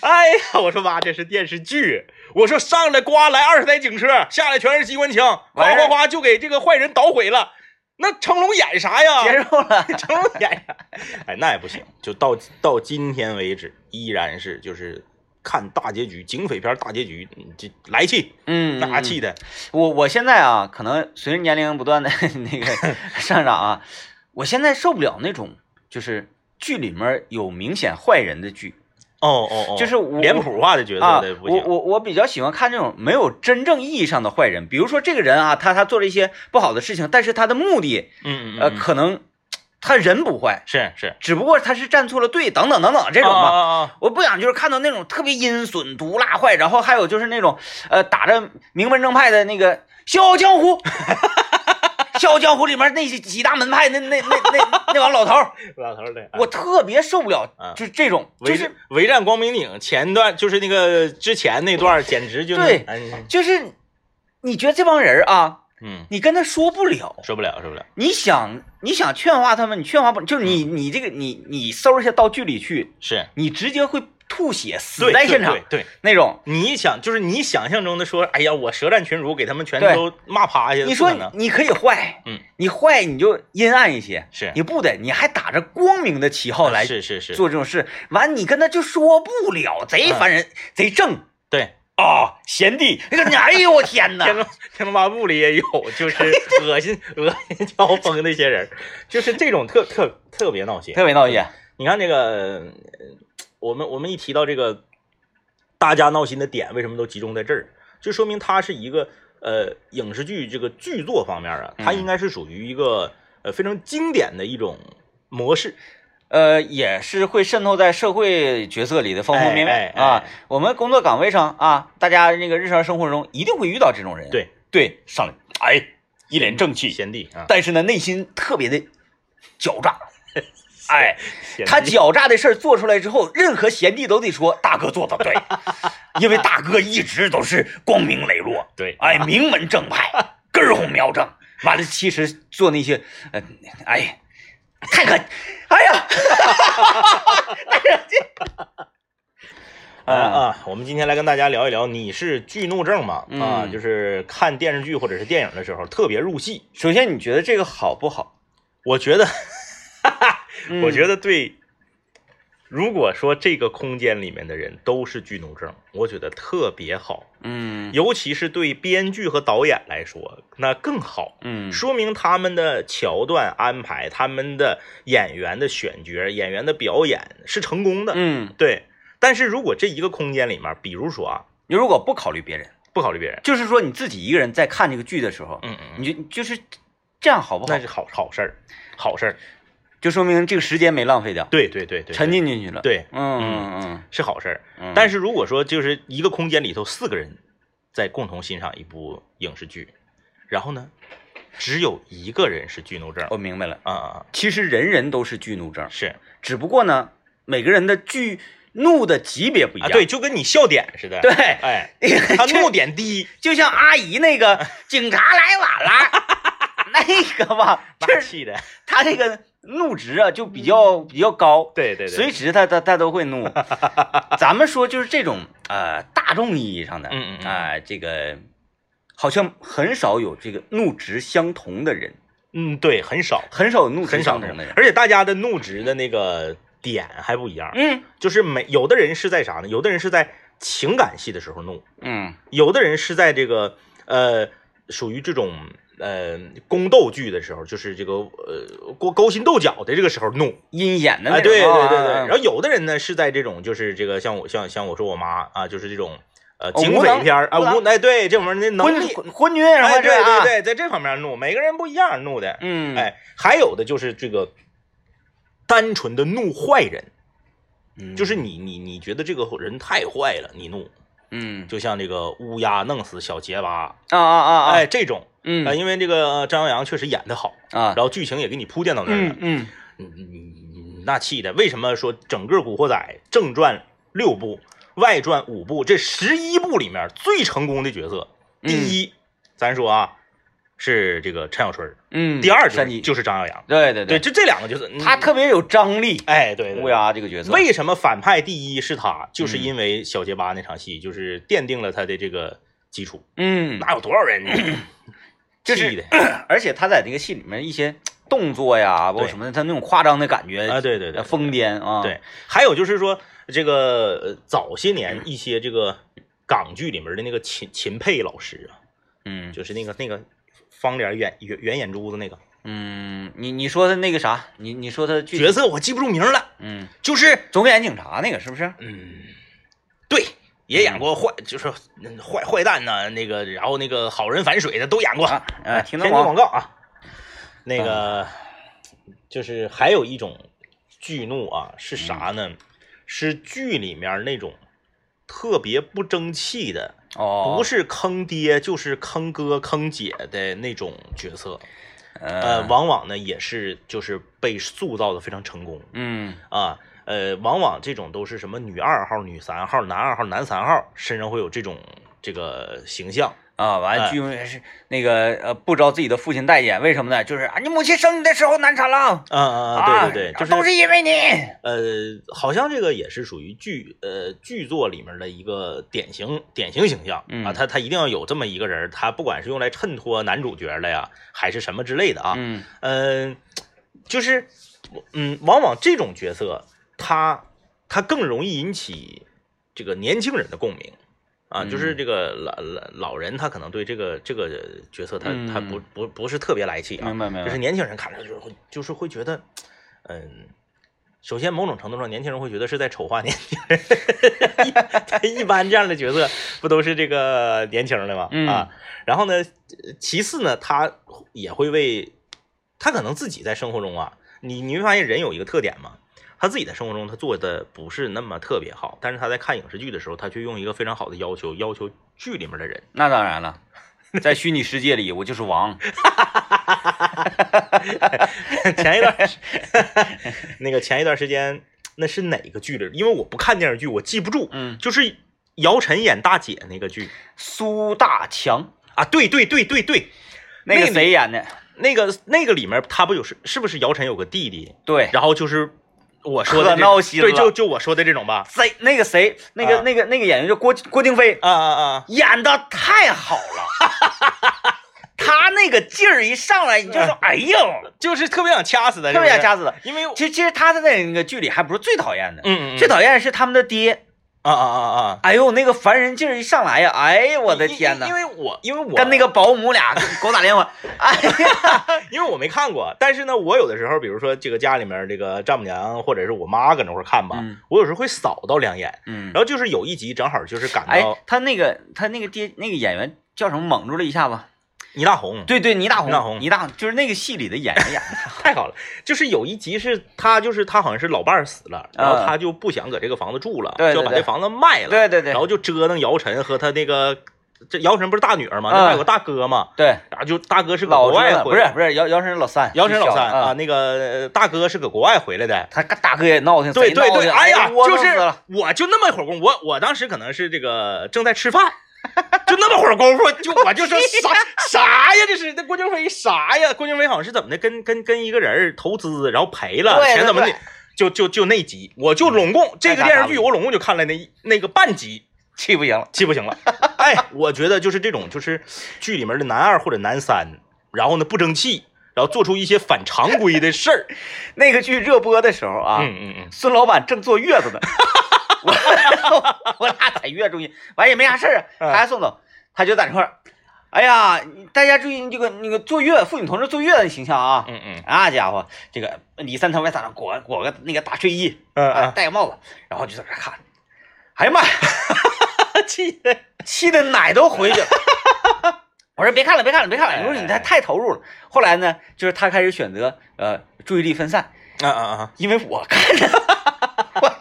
Speaker 2: 哎呀，我说妈，这是电视剧。我说上来呱来二十台警车，下来全是机关枪，哗
Speaker 1: 完事
Speaker 2: 哗
Speaker 1: 儿
Speaker 2: 哗就给这个坏人捣毁了。那成龙演啥
Speaker 1: 结
Speaker 2: 呀？
Speaker 1: 束了。
Speaker 2: 成龙演 啥？哎，那也不行，就到到今天为止，依然是就是看大结局，警匪片大结局，嗯这来气，
Speaker 1: 嗯，
Speaker 2: 那气的，
Speaker 1: 我我现在啊，可能随着年龄不断的 那 个上涨啊，我现在受不了那种就是剧里面有明显坏人的剧
Speaker 2: 哦哦哦，
Speaker 1: 就是我
Speaker 2: 脸谱化的角
Speaker 1: 啊
Speaker 2: 色的，不
Speaker 1: 我
Speaker 2: 行，
Speaker 1: 我我比较喜欢看这种没有真正意义上的坏人，比如说这个人啊，他他做了一些不好的事情，但是他的目的
Speaker 2: 嗯嗯嗯
Speaker 1: 呃
Speaker 2: 嗯
Speaker 1: 可能他人不坏，
Speaker 2: 是是
Speaker 1: 只不过他是站错了队等等等等这
Speaker 2: 这
Speaker 1: 种嘛。
Speaker 2: 啊啊
Speaker 1: 我不想就是看到那种特别阴损、毒辣坏，然后还有就是那种呃打着名门正派的那个《笑傲江湖》， 《笑傲江湖》里面那些几大门派那那那那那帮老头儿，
Speaker 2: 老头儿的，
Speaker 1: 我特别受不了
Speaker 2: 嗯，
Speaker 1: 就是这种，就
Speaker 2: 围
Speaker 1: 是
Speaker 2: 围战光明顶前段就是那个之前那段，简直就
Speaker 1: 对
Speaker 2: 嗯
Speaker 1: 就是，你觉得这帮人儿啊，
Speaker 2: 嗯，
Speaker 1: 你跟他说不了，
Speaker 2: 受不了，受不了，
Speaker 1: 你想你想劝化他们，你劝化不，就是你
Speaker 2: 嗯
Speaker 1: 你这个你你搜一下到剧里去，
Speaker 2: 是
Speaker 1: 你直接会吐血死
Speaker 2: 对
Speaker 1: 在
Speaker 2: 对
Speaker 1: 现场
Speaker 2: 对对，
Speaker 1: 那种。
Speaker 2: 你想就是你想象中的说，哎呀，我舌战群儒，给他们全
Speaker 1: 对
Speaker 2: 都骂趴下，
Speaker 1: 你
Speaker 2: 不
Speaker 1: 说
Speaker 2: 可能
Speaker 1: 你可以坏，
Speaker 2: 嗯，
Speaker 1: 你坏你就阴暗一些，
Speaker 2: 是啊
Speaker 1: 你不得，你还打着光明的旗号来
Speaker 2: 是是是，
Speaker 1: 做这种事，完你跟他就说不了，贼烦人，
Speaker 2: 嗯
Speaker 1: 贼正
Speaker 2: 对，
Speaker 1: 啊，贤弟，哎呀哎呦我天
Speaker 2: 《天
Speaker 1: 哪，
Speaker 2: 龙天龙八部》里也有，就是 恶心恶心交锋那些人，就是这种特特 特别闹心，
Speaker 1: 特别闹心，
Speaker 2: 你看这个，呃我们我们一提到这个，大家闹心的点为什么都集中在这儿？就说明它是一个呃影视剧这个剧作方面啊，它
Speaker 1: 嗯
Speaker 2: 应该是属于一个呃非常经典的一种模式。
Speaker 1: 呃，也是会渗透在社会角色里的方方面面
Speaker 2: 哎哎哎
Speaker 1: 啊。我们工作岗位上啊，大家那个日常生活中一定会遇到这种人，
Speaker 2: 对
Speaker 1: 对，上来哎一脸正气，
Speaker 2: 贤弟啊，
Speaker 1: 但是呢内心特别的狡 诈，哎。
Speaker 2: 贤弟
Speaker 1: 他狡诈的事儿做出来之后，任何贤弟都得说大哥做的 对，因为大哥一直都是光明磊落，
Speaker 2: 对
Speaker 1: 哎，名门正派，根红苗正。完了，其实做那些，呃，哎， 太可，哎呀，哎呀，这，嗯
Speaker 2: 呃啊，我们今天来跟大家聊一聊，你是剧怒症吗？啊，
Speaker 1: 嗯
Speaker 2: 就是看电视剧或者是电影的时候特别入戏。
Speaker 1: 首先，你觉得这个好不好？
Speaker 2: 我觉得， 我觉
Speaker 1: 得
Speaker 2: 得对。如果说这个空间里面的人都是剧怒症，我觉得特别好，
Speaker 1: 嗯
Speaker 2: 尤其是对编剧和导演来说，那更好。
Speaker 1: 嗯
Speaker 2: 说明他们的桥段安排、他们的演员的选角、演员的表演是成功的。
Speaker 1: 嗯，
Speaker 2: 对，但是如果这一个空间里面，比如说啊，
Speaker 1: 你如果不考虑别人，
Speaker 2: 不考虑别人，
Speaker 1: 就是说你自己一个人在看这个剧的时候，
Speaker 2: 嗯嗯，
Speaker 1: 你就你就是这样好不好
Speaker 2: 那？是好好事儿，好事儿。
Speaker 1: 就说明这个时间没浪费掉，
Speaker 2: 对对对对，
Speaker 1: 沉浸进去了。，
Speaker 2: 对
Speaker 1: 嗯嗯
Speaker 2: 是好事儿。
Speaker 1: 嗯。
Speaker 2: 但
Speaker 1: 是
Speaker 2: 是如果说就是一个空间里头四个人在共同欣赏一部影视剧，然后呢，只有一个人是剧怒症
Speaker 1: 我明白了，
Speaker 2: 啊啊，
Speaker 1: 其实人人都是剧怒症
Speaker 2: 啊，是
Speaker 1: 只不过呢，每个人的剧怒的级别不一
Speaker 2: 啊，
Speaker 1: 样。
Speaker 2: 对，就跟你笑点似的。
Speaker 1: 对，
Speaker 2: 哎，他
Speaker 1: 这
Speaker 2: 怒点低。
Speaker 1: 就像阿姨那个警察来晚了， 那个 吧，就
Speaker 2: 那
Speaker 1: 是
Speaker 2: 气的，
Speaker 1: 他这个怒值啊就比较比较高，
Speaker 2: 对对对，
Speaker 1: 随时他他他都会怒。咱们说就是这种呃大众意义上的，
Speaker 2: 嗯嗯嗯
Speaker 1: 啊、这个好像很少有这个怒值相同的人，
Speaker 2: 嗯，对，很少，
Speaker 1: 很少有怒值
Speaker 2: 很少
Speaker 1: 相同的人。
Speaker 2: 而且大家的怒值的那个点还不一样，
Speaker 1: 嗯
Speaker 2: 就是每有的人是在啥呢？有的人是在情感戏的时候怒，
Speaker 1: 嗯
Speaker 2: 有的人是在这个呃，属于这种呃宫斗剧的时候，就是这个呃勾勾心斗角的这个时候怒，
Speaker 1: 阴险的
Speaker 2: 哎，
Speaker 1: 那
Speaker 2: 对对
Speaker 1: 种啊
Speaker 2: 对对。然后有的人呢是在这种就是这个像我像像我说我妈啊，就是这种呃
Speaker 1: 哦
Speaker 2: 警
Speaker 1: 无
Speaker 2: 匪
Speaker 1: 能
Speaker 2: 片儿啊
Speaker 1: 无能
Speaker 2: 无哎对这种人的能力。
Speaker 1: 昏昏君什么
Speaker 2: 哎，
Speaker 1: 这
Speaker 2: 对
Speaker 1: 啊
Speaker 2: 对，对，在这方面怒，每个人不一样怒的。
Speaker 1: 嗯
Speaker 2: 哎，还有的就是这个单纯的怒坏人，
Speaker 1: 嗯
Speaker 2: 就是你你你觉得这个人太坏了，你怒，
Speaker 1: 嗯
Speaker 2: 就像这个乌鸦弄死小结巴，
Speaker 1: 啊啊啊啊
Speaker 2: 哎，这种，
Speaker 1: 嗯
Speaker 2: 呃，因为这个呃张阳阳确实演得好，
Speaker 1: 啊
Speaker 2: 然后剧情也给你铺垫到那儿了
Speaker 1: 嗯，嗯
Speaker 2: 你你你你那气的，为什么说整个《古惑仔》正传六部，外传五部，这十一部里面最成功的角色，
Speaker 1: 嗯
Speaker 2: 第一，咱说啊，是这个陈小春儿，
Speaker 1: 嗯，
Speaker 2: 第二
Speaker 1: 山
Speaker 2: 就是
Speaker 1: 鸡
Speaker 2: 就是张耀扬，
Speaker 1: 对对
Speaker 2: 对，，就这两个就是
Speaker 1: 他，特别有张力
Speaker 2: 嗯，哎，对，对
Speaker 1: 乌。鸦这个角色，
Speaker 2: 为什么反派第一是他？就是
Speaker 1: 嗯
Speaker 2: 因为小结巴那场戏，就是奠定了他的这个基础。
Speaker 1: 嗯，
Speaker 2: 哪有多少人
Speaker 1: 就
Speaker 2: 气
Speaker 1: 是
Speaker 2: 的，
Speaker 1: 而且他在那个戏里面一些动作呀，包括
Speaker 2: 对
Speaker 1: 什么的，他那种夸张的感觉
Speaker 2: 啊？对对对，
Speaker 1: 疯癫啊，
Speaker 2: 对，还有就是说，这个呃早些年一些这个港剧里面的那个秦秦沛老师啊，
Speaker 1: 嗯
Speaker 2: 就是那个那个方脸圆圆圆眼珠子那个
Speaker 1: 嗯，你你说的那个啥，你你说他具体
Speaker 2: 角，色，我记不住名了，
Speaker 1: 嗯，
Speaker 2: 就是
Speaker 1: 总演警察那个是不是？
Speaker 2: 嗯，对，也演过坏，就是嗯坏坏蛋呐、那个然后那个好人反水的都演过，
Speaker 1: 啊，哎，听到
Speaker 2: 天津广
Speaker 1: 吗？
Speaker 2: 告嗯啊，那个就是还有一种剧怒啊，是啥呢？是剧里面那种特别不争气的。
Speaker 1: 哦，
Speaker 2: 不
Speaker 1: 是，
Speaker 2: 是坑爹就是坑哥坑姐的那种角色，呃，
Speaker 1: 呃，
Speaker 2: 往往呢也是就是被塑造的非常成功
Speaker 1: 嗯
Speaker 2: 啊，呃，往往这种都是什么女二号、女三号、男二号、男三号身上会有这种这个形象，
Speaker 1: 啊，完了，
Speaker 2: 哎
Speaker 1: 剧中也是那个呃，不招自己的父亲待见，为什么呢？就是啊，你母亲生你的时候难产了，
Speaker 2: 啊啊，对对对，
Speaker 1: 啊
Speaker 2: 就
Speaker 1: 都
Speaker 2: 是
Speaker 1: 是因为你，
Speaker 2: 呃，好像这个也是属于剧呃剧作里面的一个典型典型形象啊，
Speaker 1: 嗯
Speaker 2: 他他一定要有这么一个人，他不管是用来衬托男主角的呀，还是什么之类的啊，
Speaker 1: 嗯
Speaker 2: 嗯，就是，嗯，往往这种角色，他他更容易引起这个年轻人的共鸣啊，就是
Speaker 1: 嗯
Speaker 2: 这个老老老人他可能对这个这个角色他他不
Speaker 1: 嗯
Speaker 2: 不不是特别来气啊
Speaker 1: 明，白明
Speaker 2: 就是
Speaker 1: 白，
Speaker 2: 年轻人看着就是会就是会觉得，嗯。首先，某种程度上，年轻人会觉得是在丑化年轻人。 一一般这样的角色不都是这个年轻人的吗？
Speaker 1: 嗯
Speaker 2: 啊，然后呢，呃其次呢，他也会为他可能自己在生活中啊，你你会发现人有一个特点嘛，他自己在生活中他做的不是那么特别好，但是他在看影视剧的时候，他却用一个非常好的要求要求剧里面的人，
Speaker 1: 那当然 了，在虚拟世界里我就是王，
Speaker 2: 前一 段时那个前一段时间那是哪个剧的？因为我不看电视剧，我记不住，
Speaker 1: 嗯，
Speaker 2: 就是姚晨演大姐那个剧
Speaker 1: 苏大强，
Speaker 2: 啊，对对对对对，
Speaker 1: 那
Speaker 2: 那
Speaker 1: 个
Speaker 2: 里
Speaker 1: 谁演的？
Speaker 2: 那个那个里面他不有是是不是姚晨有个弟弟？
Speaker 1: 对，
Speaker 2: 然后就是我说的
Speaker 1: 可
Speaker 2: 这
Speaker 1: 闹心
Speaker 2: 对，
Speaker 1: 了
Speaker 2: 就就我说的这种吧。
Speaker 1: 谁那个谁那个、
Speaker 2: 啊
Speaker 1: 那个那个演员就郭郭京飞，
Speaker 2: 啊啊啊！
Speaker 1: 演的太好了， 他那个劲儿一上来，你就说哎呦，
Speaker 2: 就是特别想掐死他，
Speaker 1: 特别想
Speaker 2: 是不是，
Speaker 1: 掐死他。
Speaker 2: 因为嗯
Speaker 1: 其实其实他的那个剧里还不是最讨厌的，
Speaker 2: 嗯嗯
Speaker 1: 最讨厌是他们的爹。
Speaker 2: 啊啊啊啊！
Speaker 1: 哎呦，那个烦人劲儿一上来呀，哎呦我的天
Speaker 2: 因
Speaker 1: 哪！
Speaker 2: 为因为我因为我
Speaker 1: 跟那个保姆俩狗打电话，哎
Speaker 2: 嗯
Speaker 1: 呀，
Speaker 2: 因为我没看过，但是呢，我有的时候，比如说这个家里面这个丈母娘或者是我妈搁那块儿看吧，
Speaker 1: 嗯
Speaker 2: 我有时候会扫到两眼。
Speaker 1: 嗯
Speaker 2: 然，后就是有一集正好就是赶
Speaker 1: 哎
Speaker 2: 到，
Speaker 1: 他那个他那个爹那个演员叫什么？蒙住了一下子。
Speaker 2: 倪大红，
Speaker 1: 对对，倪大红，
Speaker 2: 倪大红
Speaker 1: 倪大红就是那个戏里的演 员演的。
Speaker 2: 太好了，就是有一集是他就是他好像是老伴儿死了，然后
Speaker 1: 嗯
Speaker 2: 他就不想搁这个房子住了，
Speaker 1: 对对
Speaker 2: 就要把
Speaker 1: 对
Speaker 2: 这房子卖了，
Speaker 1: 对对对
Speaker 2: 然后就折腾姚晨和他那个这姚晨不是大女儿嘛，
Speaker 1: 嗯
Speaker 2: 那还有个大哥嘛，
Speaker 1: 对，
Speaker 2: 然后就大哥是搁
Speaker 1: 老
Speaker 2: 国
Speaker 1: 外
Speaker 2: 外
Speaker 1: 了，
Speaker 2: 回
Speaker 1: 不是不是姚姚晨老三，
Speaker 2: 姚晨老
Speaker 1: 小
Speaker 2: 三
Speaker 1: 嗯
Speaker 2: 啊，那个大哥是搁国外回来的，
Speaker 1: 他跟大哥也闹腾，
Speaker 2: 对
Speaker 1: 贼
Speaker 2: 对
Speaker 1: 闹
Speaker 2: 对，
Speaker 1: 腾
Speaker 2: 哎呀，
Speaker 1: 窝
Speaker 2: 就
Speaker 1: 囊
Speaker 2: 是
Speaker 1: 死了
Speaker 2: 我就那么一会儿功夫，我我当时可能是这个正在吃饭， 就那么会儿功夫， 就我就说啥啥呀，这是那郭京飞啥呀？郭京飞好像是怎么的，跟跟跟一个人儿投资，然后赔了
Speaker 1: 对
Speaker 2: 钱
Speaker 1: 对
Speaker 2: 怎么的
Speaker 1: 对，
Speaker 2: 就就就那集，我就拢共这个
Speaker 1: 大
Speaker 2: 电
Speaker 1: 傻
Speaker 2: 视剧
Speaker 1: 逼
Speaker 2: 我拢共就看了那一那个半集。
Speaker 1: 气不赢了。
Speaker 2: 气不行了，哎，我觉得就是这种，就是剧里面的男二或者男三，然后呢不争气，然后做出一些反常规的事儿，
Speaker 1: 那个剧热播的时候啊，
Speaker 2: 嗯嗯嗯，
Speaker 1: 孙老板正坐月 子呢，我我俩在月中心，完也没啥事儿啊，
Speaker 2: 嗯
Speaker 1: 他还送走，他就在那块儿，哎呀，大家注意这个那个坐月妇女同志坐月子的形象啊，
Speaker 2: 嗯嗯
Speaker 1: 那家伙这个里三层外三层裹裹个那个大睡衣，
Speaker 2: 嗯
Speaker 1: 啊
Speaker 2: 嗯，
Speaker 1: 戴个帽子，然后就在那看，哎呀妈呀，
Speaker 2: 气的，
Speaker 1: 气的奶都回去了。 我说别看了，别看了，别看了！
Speaker 2: 哎
Speaker 1: 我说你太太投入了。后来呢，就是他开始选择呃注意力分散，
Speaker 2: 啊啊啊。
Speaker 1: 因为我看着， 我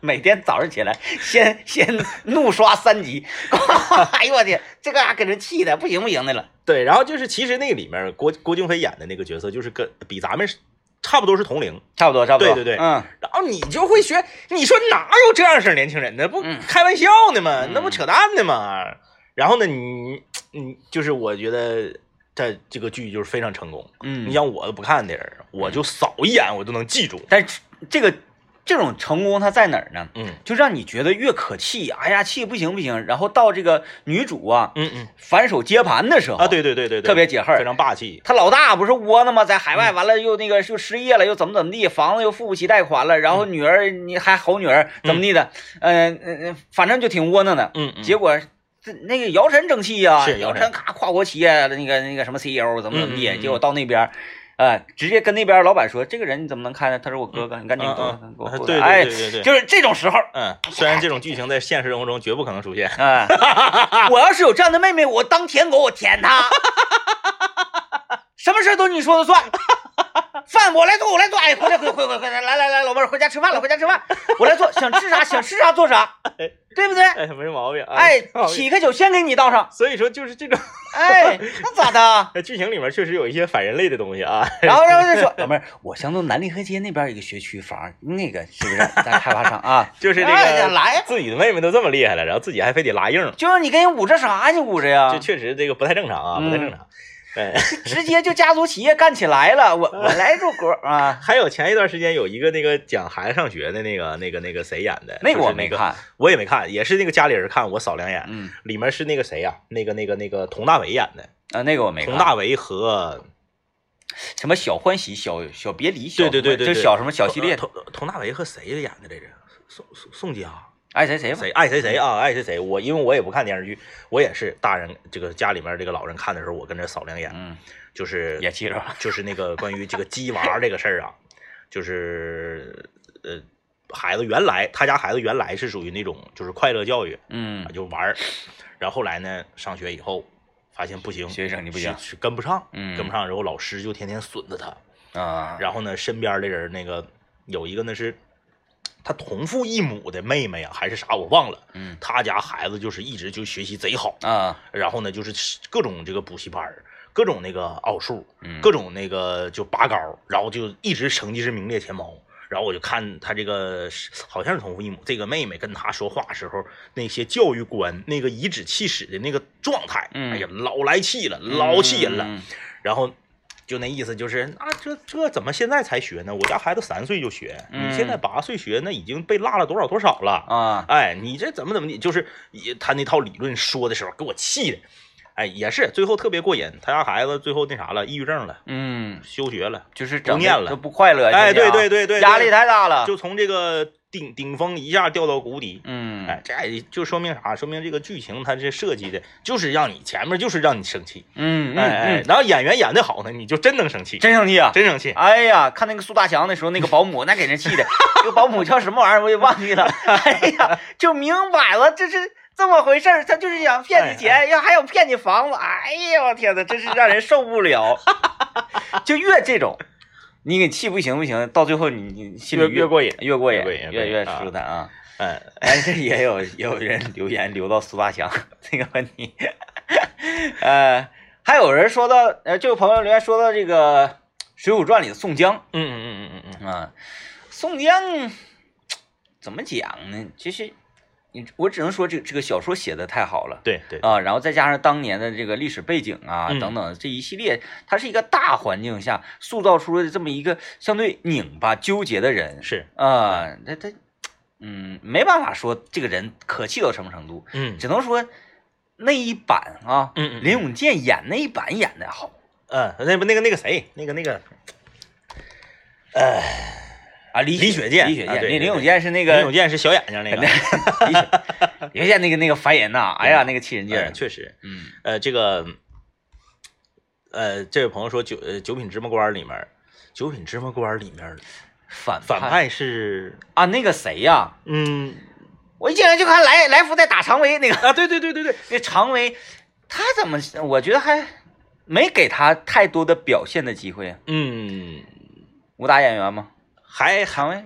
Speaker 1: 每天早上起来先先怒刷三集， 哎呦我天，这个给人气的不行不行的了。
Speaker 2: 对，然后就是其实那个里面郭郭京飞演的那个角色，就是跟比咱们是差不多是同龄，
Speaker 1: 差不多，差不多，
Speaker 2: 对对对
Speaker 1: 嗯，
Speaker 2: 然后你就会学，你说哪有这样式儿年轻人的？不
Speaker 1: 嗯
Speaker 2: 开玩笑呢吗？那不
Speaker 1: 嗯
Speaker 2: 扯淡呢吗？然后呢，你你就是我觉得在这个剧就是非常成功。
Speaker 1: 嗯
Speaker 2: 你像我都不看的人，我就扫一眼我都能记住。
Speaker 1: 但是这个这种成功它在哪儿呢？
Speaker 2: 嗯
Speaker 1: 就让你觉得越可气，哎呀气不行不行，然后到这个女主啊
Speaker 2: 嗯嗯
Speaker 1: 反手接盘的时候
Speaker 2: 啊，对对对对对，
Speaker 1: 特别解恨
Speaker 2: 非。常霸气。
Speaker 1: 他老大不是窝囊吗？在海外完了又那个又失业了，又怎么怎么地，房子又付不起贷
Speaker 2: 嗯
Speaker 1: 款了，然后女儿你还吼女儿怎么地的，嗯嗯嗯，反正就挺窝囊的。
Speaker 2: 嗯嗯，
Speaker 1: 结果这那个姚晨争气呀、
Speaker 2: 是
Speaker 1: 姚
Speaker 2: 姚晨
Speaker 1: 咔跨国企业的那个那个什么 CEO 怎么怎么地，
Speaker 2: 嗯嗯嗯
Speaker 1: 结果到那边儿。呃，直接跟那边老板说，这个人你怎么能看呢？他是我哥哥，你赶紧给我
Speaker 2: 嗯
Speaker 1: 给我
Speaker 2: 嗯
Speaker 1: 过
Speaker 2: 对
Speaker 1: 来。哎
Speaker 2: 对，对对对，
Speaker 1: 就是这种时候，
Speaker 2: 嗯，虽然这种剧情在现实生活中绝不可能出现。
Speaker 1: 哎， 我要是有这样的妹妹，我当舔狗，我舔 她，什么事儿都你说了算，饭我来做，我来做，哎，回来回回回回来，来来来，老妹儿回家吃饭了，回家吃饭，我来做，想吃 啥想吃啥做啥，对不对？
Speaker 2: 哎，没毛病啊。
Speaker 1: 哎
Speaker 2: 没毛，病
Speaker 1: 起开酒先给你倒 上，
Speaker 2: 所以说就是这种。
Speaker 1: 哎，那咋的？
Speaker 2: 那剧情里面确实有一些反人类的东西啊。？
Speaker 1: 然后，然后就说哎 老妹儿，我相中南利河街那边有一个学区房，那个是不是咱开发商啊
Speaker 2: 就是这
Speaker 1: 哎呀
Speaker 2: 个
Speaker 1: 来呀，
Speaker 2: 自己的妹妹都这么厉害了，然后自己还非得拉硬，
Speaker 1: 就是你跟人捂着啥你捂着呀
Speaker 2: 这？确实这个不太正常啊，
Speaker 1: 啊嗯
Speaker 2: 不太正常。哎，
Speaker 1: 直接就家族企业干起来了， 我我来入股啊。
Speaker 2: 还有前一段时间有一个那个讲孩子上学的那个那个那个谁演的，
Speaker 1: 那个
Speaker 2: 就是
Speaker 1: 我
Speaker 2: 我
Speaker 1: 没，看，
Speaker 2: 我也没看，也是那个家里人看，我扫两眼。
Speaker 1: 嗯
Speaker 2: 里面是那个谁呀、那个那个那个佟大为演的，
Speaker 1: 啊，那个我没看。
Speaker 2: 佟大为和
Speaker 1: 什么小欢喜、小小别离、小
Speaker 2: 对对对对
Speaker 1: 就
Speaker 2: 对
Speaker 1: 小什么小系列，
Speaker 2: 佟佟佟大为和谁演的来着？宋宋宋佳。
Speaker 1: 爱谁谁吧。
Speaker 2: 谁爱谁谁啊，爱谁谁。我因为我也不看电视剧，我也是大人这个家里面这个老人看的时候，我跟着扫两眼，
Speaker 1: 嗯，
Speaker 2: 就是
Speaker 1: 也记着了。
Speaker 2: 就是那个关于这个鸡娃这个事儿啊，就是呃，孩子原来他家孩子原来是属于那种就是快乐教育，啊
Speaker 1: 嗯，
Speaker 2: 就玩儿，然后后来呢上学以后发现不行，
Speaker 1: 学生你不行
Speaker 2: 是是跟不上，
Speaker 1: 嗯
Speaker 2: 跟不上，然后老师就天天损着他，
Speaker 1: 啊，
Speaker 2: 然后呢身边的人那个有一个那是。他同父异母的妹妹啊，还是啥我忘了。
Speaker 1: 嗯
Speaker 2: 他家孩子就是一直就学习贼好，
Speaker 1: 啊，
Speaker 2: 然后呢就是各种这个补习班儿，各种那个奥数，
Speaker 1: 嗯
Speaker 2: 各种那个就拔高，然后就一直成绩是名列前茅。然后我就看他这个是好像是同父异母，这个妹妹跟他说话时候那些教育观那个颐指气使的那个状态，
Speaker 1: 嗯
Speaker 2: 哎呀老来气了，老气人了。
Speaker 1: 嗯
Speaker 2: 然后就那意思就是啊，这这怎么现在才学呢？我家孩子三岁就学，
Speaker 1: 嗯
Speaker 2: 你现在八岁学，那已经被落了多少多少了。
Speaker 1: 啊，
Speaker 2: 哎，你这怎么怎么地，就是也他那套理论说的时候，给我气的。哎，也是最后特别过瘾，他家孩子最后那啥了，抑郁症了，
Speaker 1: 嗯，
Speaker 2: 休学了，
Speaker 1: 就是整
Speaker 2: 不念
Speaker 1: 的
Speaker 2: 了
Speaker 1: 都不快乐。
Speaker 2: 哎
Speaker 1: 现在啊
Speaker 2: 对对对对
Speaker 1: 压力太大了。
Speaker 2: 就从这个顶顶峰一下掉到谷底。
Speaker 1: 嗯，
Speaker 2: 哎，这就说明啥？说明这个剧情它这设计的，就是让你前面就是让你生气，
Speaker 1: 嗯嗯
Speaker 2: 哎哎
Speaker 1: 嗯，，
Speaker 2: 然后演员演的好呢，你就真能生气，
Speaker 1: 真生气啊！
Speaker 2: 真生气。
Speaker 1: 哎呀，看那个苏大强的时候，那个保姆那给人 气的，那个保姆叫什么玩意儿我也忘记了。哎呀，就明摆了，这是这么回事儿，他就是想骗你
Speaker 2: 哎
Speaker 1: 钱，要还想骗你房子。哎呀，我天呐，真是让人受不 了。就越这种，你给气不行不行，到最后你你心里
Speaker 2: 越越过瘾
Speaker 1: 越过瘾，
Speaker 2: 越过瘾
Speaker 1: 越
Speaker 2: 越
Speaker 1: 越
Speaker 2: 过瘾
Speaker 1: 舒坦啊。
Speaker 2: 哎，
Speaker 1: 哎，这也有也有人留言留到苏大强这个问题，呃，还有人说到，呃，就有朋友留言说到这个《水浒传》里的宋江
Speaker 2: 嗯嗯嗯嗯嗯，
Speaker 1: 啊，宋江怎么讲呢？其实你我只能说这这个小说写的太好了。
Speaker 2: 对对，
Speaker 1: 啊，然后再加上当年的这个历史背景啊，
Speaker 2: 嗯
Speaker 1: 等等这一系列，它是一个大环境下塑造出了这么一个相对拧巴、纠结的人，
Speaker 2: 是，
Speaker 1: 啊，那他，嗯，没办法说这个人可气到什么程度，
Speaker 2: 嗯
Speaker 1: 只能说那一版啊，
Speaker 2: 嗯嗯
Speaker 1: 林永健演那一版演的好。
Speaker 2: 嗯，那不那个那个谁，那个那个
Speaker 1: 啊，李
Speaker 2: 李雪健
Speaker 1: 李雪
Speaker 2: 啊
Speaker 1: 健，
Speaker 2: 对
Speaker 1: 那
Speaker 2: 对
Speaker 1: 林永
Speaker 2: 对
Speaker 1: 健是那
Speaker 2: 林
Speaker 1: 个
Speaker 2: 永健是小眼睛那个，
Speaker 1: 李雪， 林永健那个那个烦人呐，哎呀，
Speaker 2: 对
Speaker 1: 那个气人劲
Speaker 2: 嗯，
Speaker 1: 儿，
Speaker 2: 确实，
Speaker 1: 嗯
Speaker 2: 呃，这个，呃，这位朋友说九呃九品芝麻官里面，九品芝麻官里面
Speaker 1: 反
Speaker 2: 反派是，
Speaker 1: 啊，那个谁呀，
Speaker 2: 嗯
Speaker 1: 我一进来就看来来福在打常威那个
Speaker 2: 啊，对对对对对，
Speaker 1: 那常威，他怎么我觉得还没给他太多的表现的机会，啊
Speaker 2: 嗯，
Speaker 1: 武打演员吗？
Speaker 2: 还还
Speaker 1: 常威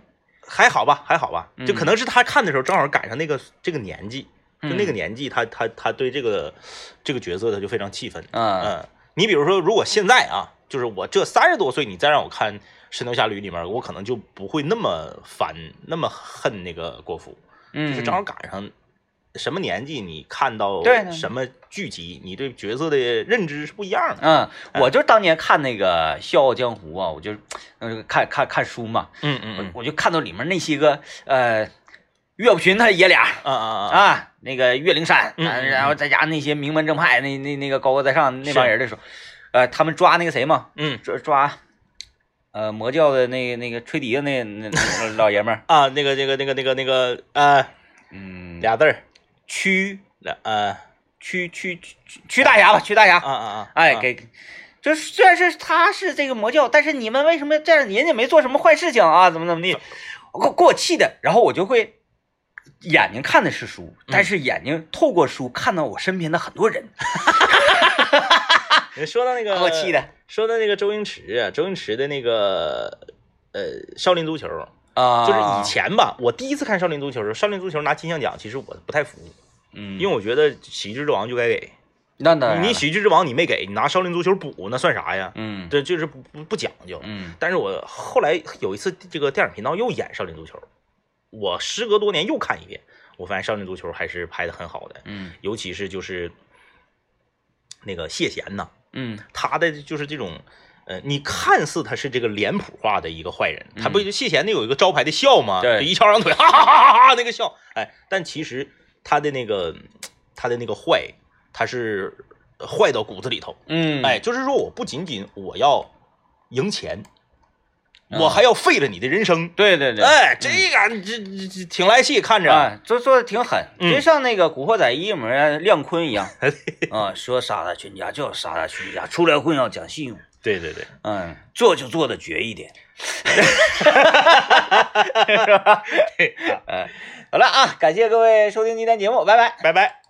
Speaker 2: 还好吧，还好吧，就可
Speaker 1: 嗯
Speaker 2: 能是他看的时候正好赶上那个这个年纪，就那个
Speaker 1: 嗯
Speaker 2: 年纪，他他他对这个这个角色他就非常气愤。
Speaker 1: 啊，
Speaker 2: 嗯，你比如说，如果现在啊，就是我这三十多岁，你再让我看《神雕侠侣》里面，我可能就不会那么烦，那么恨那个郭芙，就
Speaker 1: 嗯，
Speaker 2: 是正好赶上什么年纪，你看到
Speaker 1: 对
Speaker 2: 什么剧集，你对角色的认知是不一样的。
Speaker 1: 嗯，我就当年看那个《笑傲江湖》啊，我就嗯看看看书嘛，
Speaker 2: 嗯
Speaker 1: 我我就看到里面那些个呃，岳不群他爷俩
Speaker 2: 啊啊啊！
Speaker 1: 啊，那个岳灵珊，
Speaker 2: 嗯
Speaker 1: 啊
Speaker 2: 嗯
Speaker 1: 然后再加上那些名门正派那那那个高高在上那帮人的时候，呃，他们抓那个谁嘛，
Speaker 2: 嗯
Speaker 1: 抓抓呃魔教的那个那个吹笛的那那那老爷们儿，
Speaker 2: 啊，那个那个那个那个那个呃，
Speaker 1: 嗯，
Speaker 2: 俩字儿，
Speaker 1: 屈
Speaker 2: 俩呃
Speaker 1: 屈屈屈屈大侠吧，屈大侠，
Speaker 2: 啊啊啊！
Speaker 1: 哎，
Speaker 2: 啊
Speaker 1: 给，就是虽然是他是这个魔教，但是你们为什么这样？人家没做什么坏事情啊，怎么怎么地，我给我给我气的。然后我就会眼睛看的是书，
Speaker 2: 嗯
Speaker 1: 但是眼睛透过书看到我身边的很多人，
Speaker 2: 你说到那个，
Speaker 1: 给我气的
Speaker 2: 说到那个周星驰啊，周星驰的那个呃少林足球，
Speaker 1: 啊
Speaker 2: 就是以，前吧，我第一次看少林足球的时候，少林足球拿金像奖，其实我不太服，
Speaker 1: 嗯，
Speaker 2: 因为我觉得喜剧之王就该给
Speaker 1: 那当然
Speaker 2: 你，
Speaker 1: 了，
Speaker 2: 喜剧之王你没给，你拿少林足球补那算啥呀？
Speaker 1: 嗯
Speaker 2: 这就是不不不讲究。
Speaker 1: 嗯
Speaker 2: 但是我后来有一次这个电影频道又演少林足球，我时隔多年又看一遍，我发现少林足球还是拍的很好的，
Speaker 1: 嗯
Speaker 2: 尤其是就是那个谢贤呐、
Speaker 1: 嗯
Speaker 2: 他的就是这种，呃，你看似他是这个脸谱化的一个坏人，他不
Speaker 1: 嗯
Speaker 2: 就谢贤那有一个招牌的笑吗？
Speaker 1: 对
Speaker 2: 就一翘二郎腿，哈哈哈哈哈那个笑，哎，但其实他的那个他的那个坏，他是坏到骨子里头，
Speaker 1: 嗯，
Speaker 2: 哎，，就是说我不仅仅我要赢钱，
Speaker 1: 嗯
Speaker 2: 我还要废了你的人生，
Speaker 1: 对对对，嗯
Speaker 2: 哎，这个这这这挺来气，看着，
Speaker 1: 啊，做做的挺狠，
Speaker 2: 嗯
Speaker 1: 就像那个《古惑仔一》里面亮坤一 样，啊，说杀他全家就要杀他全家，出来混要讲信用，
Speaker 2: 对对对，
Speaker 1: 嗯，做就做的绝一点，哎是吧？好了啊，感谢各位收听今天节目，拜拜。
Speaker 2: 拜拜。